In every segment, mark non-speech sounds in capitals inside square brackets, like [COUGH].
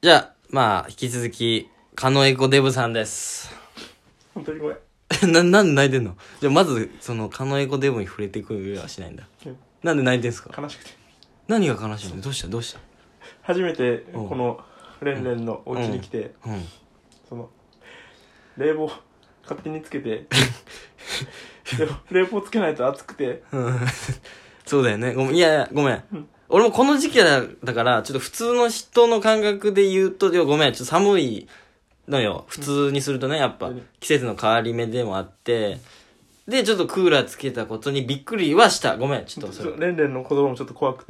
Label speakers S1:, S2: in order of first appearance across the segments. S1: じゃあ、まあ、引き続き、カノエコデブさんです。 [LAUGHS]
S2: 本当にごめん
S1: な、なんで泣いてんのじゃあ、まず、その、カノエコデブに触れてくるはしないんだ。なんで泣いてんすか
S2: 悲しくて
S1: 何が悲しいのどうしたどうした
S2: 初めて
S1: うん
S2: このレンレンのお家に来て、
S1: うん。
S2: その冷房勝手につけて [LAUGHS] でも冷房つけないと暑くて
S1: うん [LAUGHS] そうだよね。ごめん。いやいや、ごめん。俺もこの時期だだから、ちょっと普通の人の感覚で言うと、いやごめん、ちょっと寒いのよ。普通にするとね、やっぱ
S2: うん、
S1: 季節の変わり目でもあって、で、ちょっとクーラーつけたことにびっくりはした。ごめん、ちょっとそれ。
S2: レンレンの子供もちょっと怖く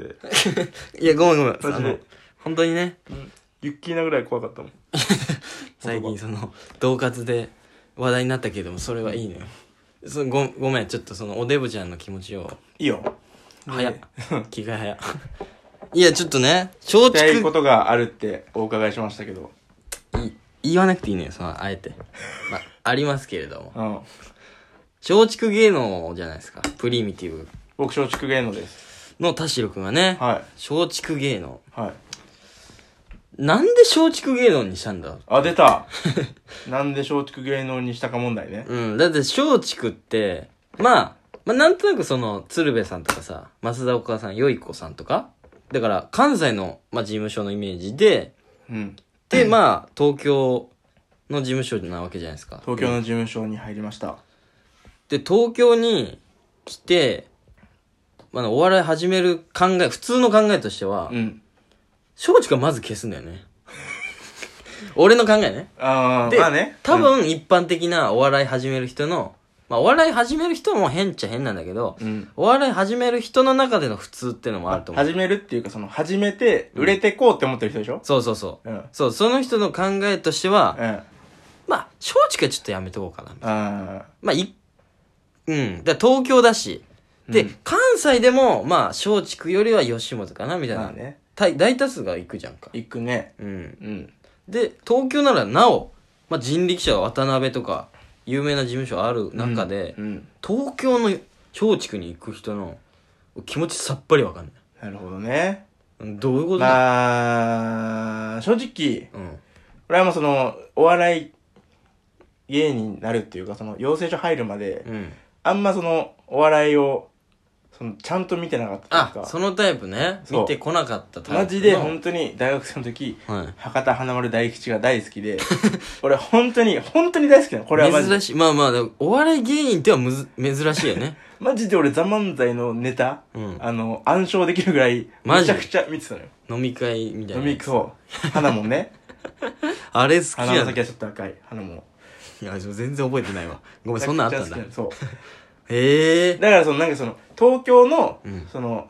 S2: て
S1: いや、ごめんごめん。
S2: マ
S1: あ
S2: ジで
S1: の、本当にね、
S2: ユッキーなぐらい怖かったもん
S1: 最近その、同活で話題になったけれども、それはいいのよ。そごごめん、ちょっとその、おデブちゃんの気持ちを、
S2: いいよ
S1: 早っ
S2: ね。 [LAUGHS]
S1: 気が早っ。いや、ちょっとね、松
S2: したい
S1: 竹
S2: ことがあるってお伺いしましたけど
S1: い言わなくていいのよ、その、あえて。まあ、ありますけれども。
S2: うん
S1: 松竹芸能じゃないですか。プリミティブ
S2: 僕松竹芸能です
S1: の田代くんがね、
S2: は
S1: 松竹芸能。
S2: いはい
S1: なんで松竹芸能にしたんだ
S2: あ出
S1: [LAUGHS]
S2: たなんで松竹芸能にしたか問題ね
S1: うん、だって松竹って、まあ、まあ、なんとなくその、鶴瓶さんとかさ、増田岡さん、よい子さんとか、だから、関西の、まあ、事務所のイメージで、
S2: うん
S1: で、まあ、東京の事務所なわけじゃないですか。
S2: 東京の事務所に入りました
S1: で東京に来て、まあ、お笑い始める考え普通の考えとしては
S2: うん
S1: 松竹、がまず消すんだよね [LAUGHS] 俺の考えね
S2: ああ
S1: で、
S2: まあね
S1: 多分一般的なお笑い始める人の、まあ、お笑い始める人も変っちゃ変なんだけど、
S2: うん
S1: お笑い始める人の中での普通ってのもあると思う
S2: 始めるっていうかその始めて売れてこうって思ってる人でしょ
S1: そうそうそう
S2: うんうん
S1: そうその人の考えとしては、
S2: あ
S1: まあ松竹はちょっとやめとこうかな
S2: あ
S1: まあ、い、うん。だから東京だし。で、
S2: うん
S1: 関西でも、まあ、松竹よりは吉本かな、みたいな。
S2: まあね
S1: 大大多数が行くじゃんか。
S2: 行くね
S1: うん。
S2: うん
S1: で、東京ならなお、まあ、人力車渡辺とか、有名な事務所ある中で、
S2: うん
S1: 東京の松竹に行く人の気持ちさっぱりわかんない
S2: なるほどね
S1: うん。どういうことだ、
S2: まあ正直
S1: うん。
S2: 俺はもうそのお笑い芸人になるっていうかその養成所入るまで
S1: うん。
S2: あんまそのお笑いをそのちゃんと見てなかった
S1: あ
S2: とい、う
S1: そ
S2: か
S1: のタイプね。
S2: そう
S1: 見てこなかったタイプの。
S2: マジで本当に大学生の時
S1: はい。
S2: 博多華丸大吉が大好
S1: [LAUGHS]
S2: きで俺本当に本当に大好きなのこれはマジで
S1: 珍しい。まあまあ、でもお笑い芸人ってはむず珍しいよ
S2: [LAUGHS]
S1: ね。
S2: マジで俺、ザ・漫才のネタ、
S1: うん
S2: あの、暗唱できるぐらい、
S1: マ
S2: めち
S1: ジ
S2: ゃくちゃ見てたのよ。
S1: 飲み会みたい
S2: 飲
S1: な。
S2: み、そう。花
S1: [LAUGHS]
S2: もね。
S1: あれ好き
S2: 花
S1: や
S2: の
S1: ん。
S2: 先はちょっと赤い。花も。
S1: いや、全然覚えてないわ。ごめん、そんなんあったんだ
S2: め。ちゃくちゃ好きな
S1: へ
S2: のそう。
S1: え。
S2: だから、その、なんかその、東京の、
S1: うん
S2: その、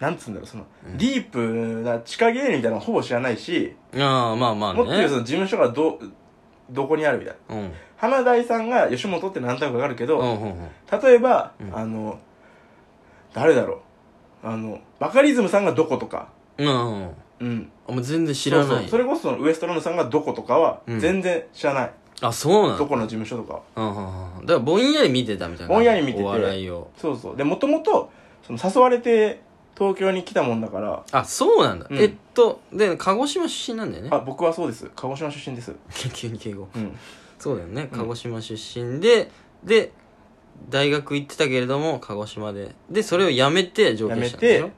S2: なんつうんだろう、その、ディープな地下芸人みたいなのほぼ知らないし、
S1: ああ、まあまあ
S2: もっと言うそ
S1: ね。
S2: の事務所がど、どこにあるみたいな。
S1: うん。
S2: 花大さんが吉本って何となくわかるけ
S1: うん、う
S2: ど、
S1: ん、うん。
S2: 例えば、
S1: うん
S2: あの、誰だろう。あの、バカリズムさんがどことか、
S1: うんうん。
S2: うん。
S1: あ、もう全然知ら
S2: そ
S1: な
S2: うそう
S1: い
S2: そ。れこそそのウエストランドさんがどことかは
S1: うん
S2: 全然知らない、
S1: あ、そうな
S2: ど
S1: の
S2: この事務所とかは
S1: うん、うん、うん。だから、ぼんやり見てたみたいな。
S2: ぼんやり見てて
S1: お笑いを。
S2: そうそうでもともとその誘われて東京に来たもんだから
S1: あ、そうなんだ。
S2: うん
S1: えっと、で、鹿児島出身なんだよね
S2: あ。僕はそうです鹿児島出身です
S1: 急に敬語。
S2: うん
S1: そうだよね。鹿児島出身で、で、大学行ってたけれども、鹿児島で。で、それを辞めて上
S2: や
S1: 京
S2: め
S1: したんでしてょ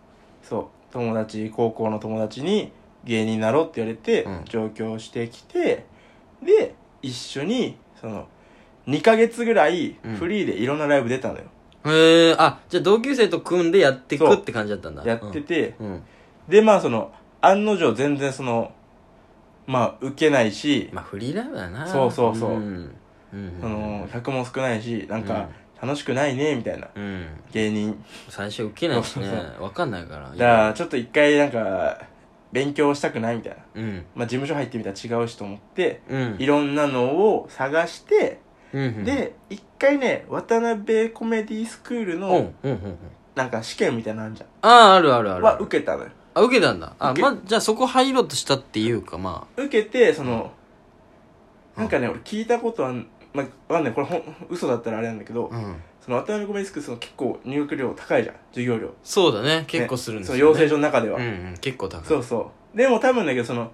S2: そう友達高校の友達に芸人になろうって言われて、
S1: うん
S2: 上京してきてで一緒にその2ヶ月ぐらい
S1: うん
S2: フリーでいろんなライブ出たのよ、
S1: へえ、あ、じゃあ同級生と組んでやってく
S2: そう
S1: って感じだったんだ。
S2: やってて、
S1: うん。うん。
S2: でまあその案の定全然そのまあ受けないし、
S1: まあフリーライブだな
S2: そうそうそう
S1: うん、うん、
S2: その客も少ないしなんか楽しくないねみたいな
S1: うん
S2: 芸人
S1: 最初受けないしね
S2: そう
S1: わかんないから
S2: だからちょっと一回なんか勉強したくないみたいな、
S1: うん
S2: まあ、事務所入ってみたら違うしと思って
S1: うん
S2: いろんなのを探して
S1: うん
S2: で一回ね渡辺コメディスクール
S1: うんう
S2: の
S1: んうんうん
S2: なんか試験みたいなのあんじゃん
S1: あああるあるある
S2: は受けたのよ
S1: あ受けたんだあ
S2: 受け
S1: まあじゃあそこ入ろうとしたっていうかま
S2: 受けてその
S1: うん
S2: なんかね俺聞いたことはまあわかんないこれほん嘘だったらあれなんだけど
S1: あうん
S2: その渡辺コメディスクールその結構入学料高いじゃん授業料
S1: そうだね結構するんです
S2: その養
S1: ね
S2: 成所の中では
S1: うんうん結構高い
S2: そうそう。でも多分だけど、その、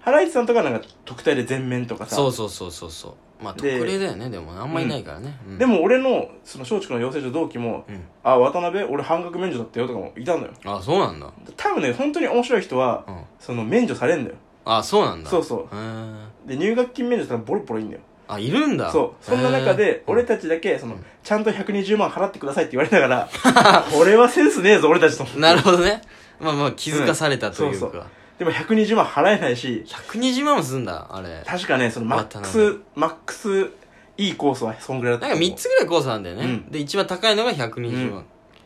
S2: ハライチさんとかなんか特待で全面とかさ
S1: そうそうそうそうそうまあ特
S2: で
S1: 例だよねでもあんまいないからね、うん
S2: でも俺のその松竹の養成所同期も
S1: うん
S2: 「あ渡辺俺半額免除だったよ」とかもいたのよ
S1: あそうなんだ
S2: 多分ね本当に面白い人は
S1: うん
S2: その免除されんだよ
S1: あそうなんだ
S2: そうそ
S1: へー
S2: うで入学金免除とかボロボロいんだよ
S1: あいるんだ
S2: そうそんな中で
S1: へー
S2: 俺たちだけそのちゃんと120万払ってくださいって言われながら
S1: [LAUGHS]
S2: これはセンスねえぞ俺たちと思って
S1: なるほどねまあまあ気づかされたというか、
S2: うんそうでも120万払えないし
S1: 120万もすんだあれ
S2: 確かねそのマック
S1: 渡
S2: スマックスいいコースはそんぐらいだった
S1: なんか
S2: と思う
S1: 3つぐらいコースあるんだよね、
S2: うん
S1: で一番高いのが120万、
S2: う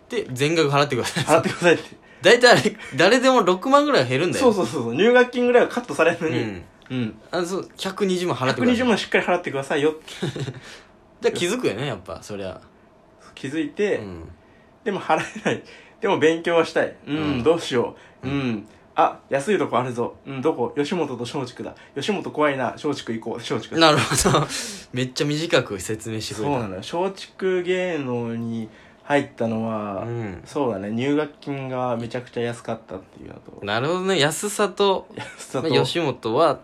S1: で全額払ってください
S2: 払ってくださいって
S1: 大体あれ誰でも6万ぐらいは減るんだよ
S2: そうそうそうそう入学金ぐらいはカットされるの
S1: う
S2: に
S1: ん
S2: うん
S1: あそう120万払ってくださ
S2: 120
S1: い
S2: 万しっかり払ってくださいよって
S1: じゃあ気づくよねやっぱそりゃ
S2: 気づいうて
S1: ん
S2: でも払えないでも勉強はしたいうん、
S1: うん
S2: どうしよううん、あ安いとこあるぞうんどこ吉本と松竹だ吉本怖いな松竹行こう松竹
S1: なるほど [LAUGHS] めっちゃ短く説明してく
S2: そ
S1: れ
S2: う
S1: た
S2: なのよ松竹芸能に入ったのは、
S1: うん
S2: そうだね入学金がめちゃくちゃ安かったっていうのと
S1: なるほどね安さと
S2: 安さ
S1: ま
S2: と
S1: あ吉本はっ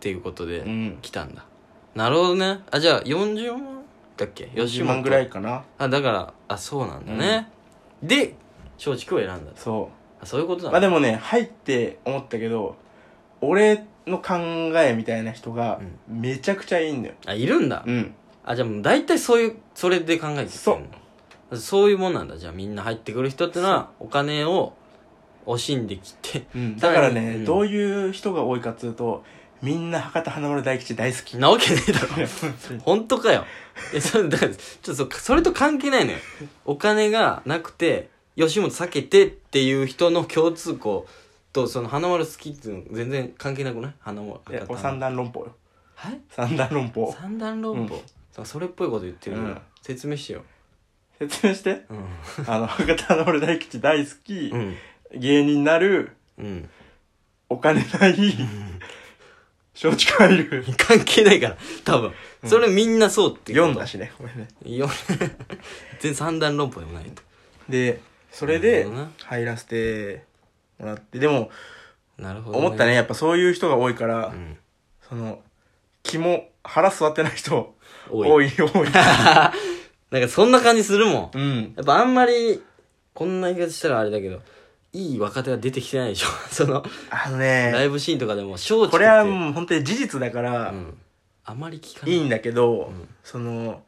S1: ていうことで
S2: うん
S1: 来たんだ、なるほどねあじゃあ40万だっけ吉
S2: 10
S1: 本
S2: 万ぐらいかな
S1: あだからあそうなんだね、で松竹を選んだ
S2: そう
S1: あそういうことだ、
S2: まあでもね入って思ったけど俺の考えみたいな人がめちゃくちゃいいんだよ
S1: あいるんだ、
S2: うん
S1: あじゃあもう大体そういうそれで考えて
S2: そ
S1: そうそういうもんなんだじゃあみんな入ってくる人ってのはお金を惜しんできて [LAUGHS]
S2: だからね、
S1: うん
S2: どういう人が多いかっつうとみんな博多華丸大吉大好き
S1: なわけねえだろ [LAUGHS]
S2: [LAUGHS]
S1: 本当かよえそれだからちょっとそそれと関係ないのよお金がなくて吉本避けてっていう人の共通項とその花丸好きっていうの全然関係なくない花丸
S2: いやこれ三
S1: は
S2: 段論法よ
S1: い
S2: 三段論法
S1: 三段論法、それっぽいこと言ってる、
S2: うん
S1: 説明してよ
S2: 説明して
S1: うん
S2: あの博多華丸大吉大好き
S1: う、ん
S2: 芸人になる
S1: うん
S2: お金ない松竹入る
S1: [LAUGHS] 関係ないから多分それみんなそうっていうこと
S2: 4だしねこれね
S1: 四 [LAUGHS] 全然三段論法でもないと
S2: でそれ
S1: なる
S2: で
S1: ほどな
S2: 入らせてもらってでも
S1: なるほど、
S2: 思ったねやっぱそういう人が多いから、
S1: うん
S2: その気も腹据わってない人
S1: 多い
S2: 多い多い
S1: [LAUGHS] なんかそんな感じするもん
S2: うん
S1: やっぱあんまり、こんな言い方したらあれだけど、いい若手が出てきてないでしょ。 [LAUGHS] その、
S2: あの
S1: ラ
S2: ね
S1: イブシーンとかでも、正直。
S2: これはもう本当に事実だか
S1: う
S2: ら、
S1: ん。あまり聞かない。
S2: いいんだけど、
S1: ん
S2: その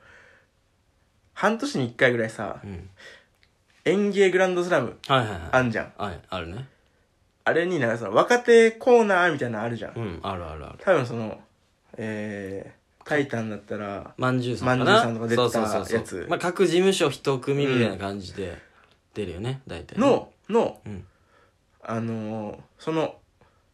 S2: 半年に1回ぐらいさ
S1: うん。
S2: 演芸グランドスラム
S1: はいはいはい。
S2: あんじゃん
S1: あはい、あるね。
S2: あれになんかさ若手コーナーみたいなのあるじゃん、
S1: うん、あるあるある。
S2: 多分そのえー「タイタン」だったら
S1: まんじゅうさんかな。
S2: まんじゅうさんとか出て
S1: そ
S2: た
S1: うそうそうそう
S2: やつ
S1: まあ、各事務所一組みたいな感じで出るよね、大体ね。
S2: の、の
S1: うん。
S2: あのーその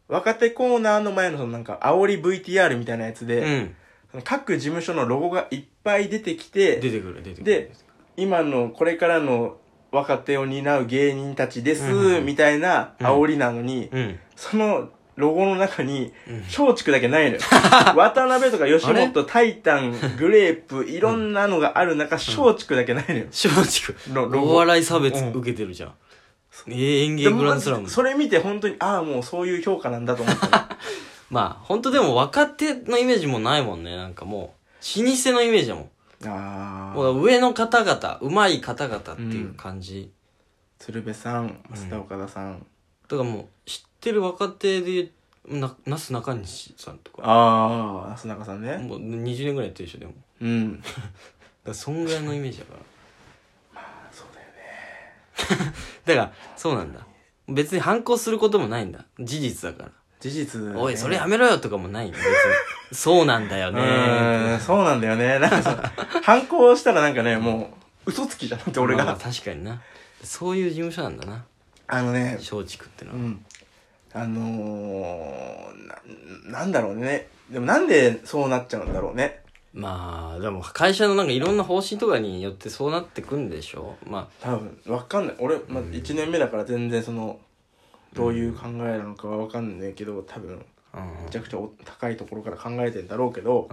S2: 若手コーナーの前のそのなんか煽り VTR みたいなやつで、
S1: うん。
S2: その各事務所のロゴがいっぱい出てきて
S1: 出てくる、出てくる。
S2: で今のこれからの若手を担う芸人たちです、
S1: うんうん
S2: みたいな煽りなのに、
S1: うん。
S2: そのロゴの中に
S1: うん
S2: 松竹だ
S1: [LAUGHS]
S2: けないのよ渡辺とか吉本タイタングレープいろんなのがある中松竹だけないのよ、
S1: 正直
S2: ロ、ロゴ
S1: お笑い差別
S2: うん
S1: 受けてるじゃん。えー演芸グランドスラム。
S2: それ見て本当にああもうそういう評価なんだと思った
S1: [LAUGHS] まあ、本当でも若手のイメージもないもんね。なんかもう、老舗のイメージだもん。
S2: ああ
S1: もう上の方々、上手い方々っていう感じ。
S2: 鶴瓶さん増田岡田さん、
S1: だからもう、知ってる若手で、な、なすなかにしさんとか。
S2: ああ安中さんね
S1: もう20年ぐらいやってるでしょ、でも。だ
S2: うん
S1: からそんぐらいのイメージだから。
S2: そうだよね
S1: [LAUGHS] だから、そうなんだ。別に反抗することもないんだ。事実だか
S2: 事実だよ
S1: ら。
S2: ね
S1: おい、それやめろよとかもないよ。別
S2: [LAUGHS]
S1: に。そうなんだよ
S2: う
S1: ね
S2: ーんそうなんだよねなんか
S1: [LAUGHS]
S2: さ反抗したらなんかねもう嘘つきじゃなくて俺
S1: まあまあ
S2: が
S1: 確かにな。そういう事務所なんだな。
S2: あのね
S1: 松竹っての
S2: う
S1: は。
S2: んあのー、ななんだろうねでもなんでそうなっちゃうんだろうね
S1: まあでも会社のなんかいろんな方針とかによってそうなってくんでしょま
S2: 多分わかんない俺、まあ、1年目だから全然そのどういう考えなのかはわかんないけど多分
S1: あうん
S2: めちゃくちゃお高いところから考えてんだろうけど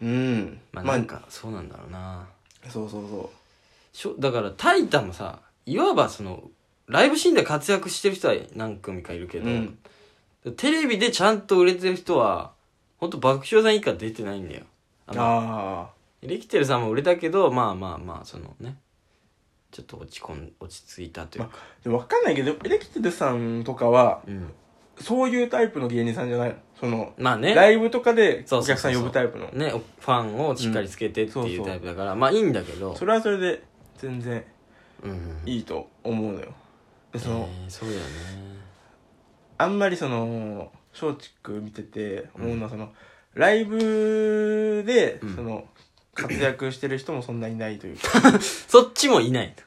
S1: うん
S2: うん
S1: まあなんかそうなんだろうな
S2: そうそうそ
S1: しょだからタイタンもさいわばそのライブシーンで活躍してる人は何組かいるけ
S2: う
S1: ど、
S2: うん
S1: テレビでちゃんと売れてる人はほんと爆笑さん以下出てないんだよあの
S2: あ
S1: リキテルさんも売れたけどまあまあまあそのねちょっと落ち込ん落ち着いたというか、
S2: あでも分かんないけどエレキテルさんとかは
S1: うん、
S2: そういうタイプの芸人さんじゃないのその
S1: まあね
S2: ライブとかで
S1: そう
S2: お
S1: そう
S2: 客
S1: そ
S2: さ
S1: うんそう
S2: 呼ぶタイプの
S1: ね、ファンをしっかりつけてって
S2: うん
S1: い
S2: そううそう
S1: タイプだから、まあいいんだけど
S2: それはそれで全然
S1: うんうん
S2: いいと思うのよでその
S1: えーそうだよね
S2: あんまりその松竹見てて思うのはそのライブで
S1: うん
S2: その活躍してる人もそんなにいないというか
S1: そっちもいないと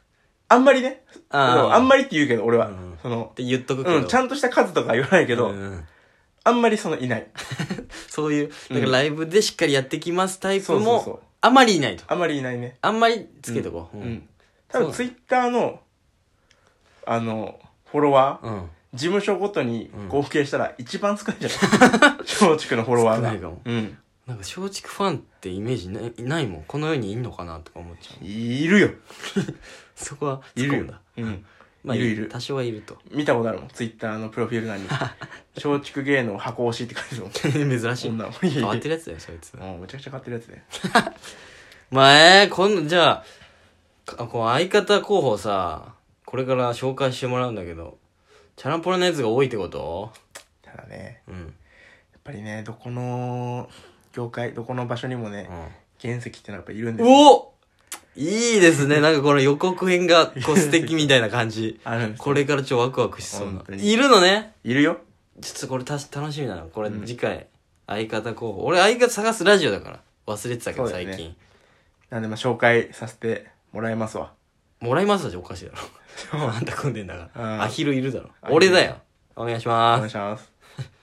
S2: あんまりね
S1: あ
S2: あ
S1: あ
S2: んまりって言うけど俺は
S1: うん
S2: その
S1: って言っとくけど、
S2: うんちゃんとした数とかは言わないけ
S1: う
S2: ど
S1: ん
S2: あんまりそのいない
S1: そういう
S2: うん
S1: だからライブでしっかりやってきますタイプ
S2: そうそうそ
S1: も
S2: う
S1: あまりいないと
S2: あんまりいないね
S1: あんまりつけとこう
S2: う
S1: うん
S2: ん
S1: そ
S2: 多
S1: う
S2: 分ツイッターのあのフォロワー
S1: うん
S2: 事務所ごとに
S1: うん
S2: 合計したら一番少ないんじゃ
S1: [LAUGHS]
S2: ない松竹のフォロワーが
S1: 少ないかも
S2: うん
S1: なんか松竹ファンってイメージないないもんこの世にいんのかなとか思っちゃう
S2: いるよ
S1: そこは突
S2: い
S1: っ
S2: る
S1: 込
S2: よ
S1: んだ、
S2: うん
S1: まあ、
S2: いるいる
S1: 多少はいる
S2: [LAUGHS]
S1: と
S2: 見たことあるもんツイッターのプロフィール
S1: [LAUGHS]
S2: 欄に松竹芸能箱推しって書いてるもん
S1: 珍しい
S2: 女もいやい
S1: 変
S2: や
S1: わってるやつだよそいつ
S2: うんめちゃくちゃ買ってるやつね
S1: まあえー、今度じゃあかこう相方候補さこれから紹介してもらうんだけどチャランポラのやつが多いってこと
S2: ただね
S1: うん、うん、
S2: やっぱりねどこの業界どこの場所にもね原石ってのはやっぱいるんです
S1: う
S2: よ
S1: おいいですねなんかこの予告編がこう素敵みたいな感
S2: [LAUGHS]
S1: じ
S2: あるんですよ
S1: これからちょワクワクしそうな
S2: 本当に
S1: いるのね
S2: いるよ
S1: ちょっとこれたし楽しみだなこれ
S2: うん
S1: 次回、相方候補俺相方探すラジオだから忘れてたけど、
S2: そうだ
S1: 最
S2: よね
S1: 近
S2: なんでまあ紹介させてもらいますわ
S1: もらいますじゃおかしいだろ [LAUGHS] あんた組んでんだから
S2: うん
S1: アヒルいるだろ
S2: アヒル
S1: 俺だよお願いし
S2: お
S1: ます
S2: 願いします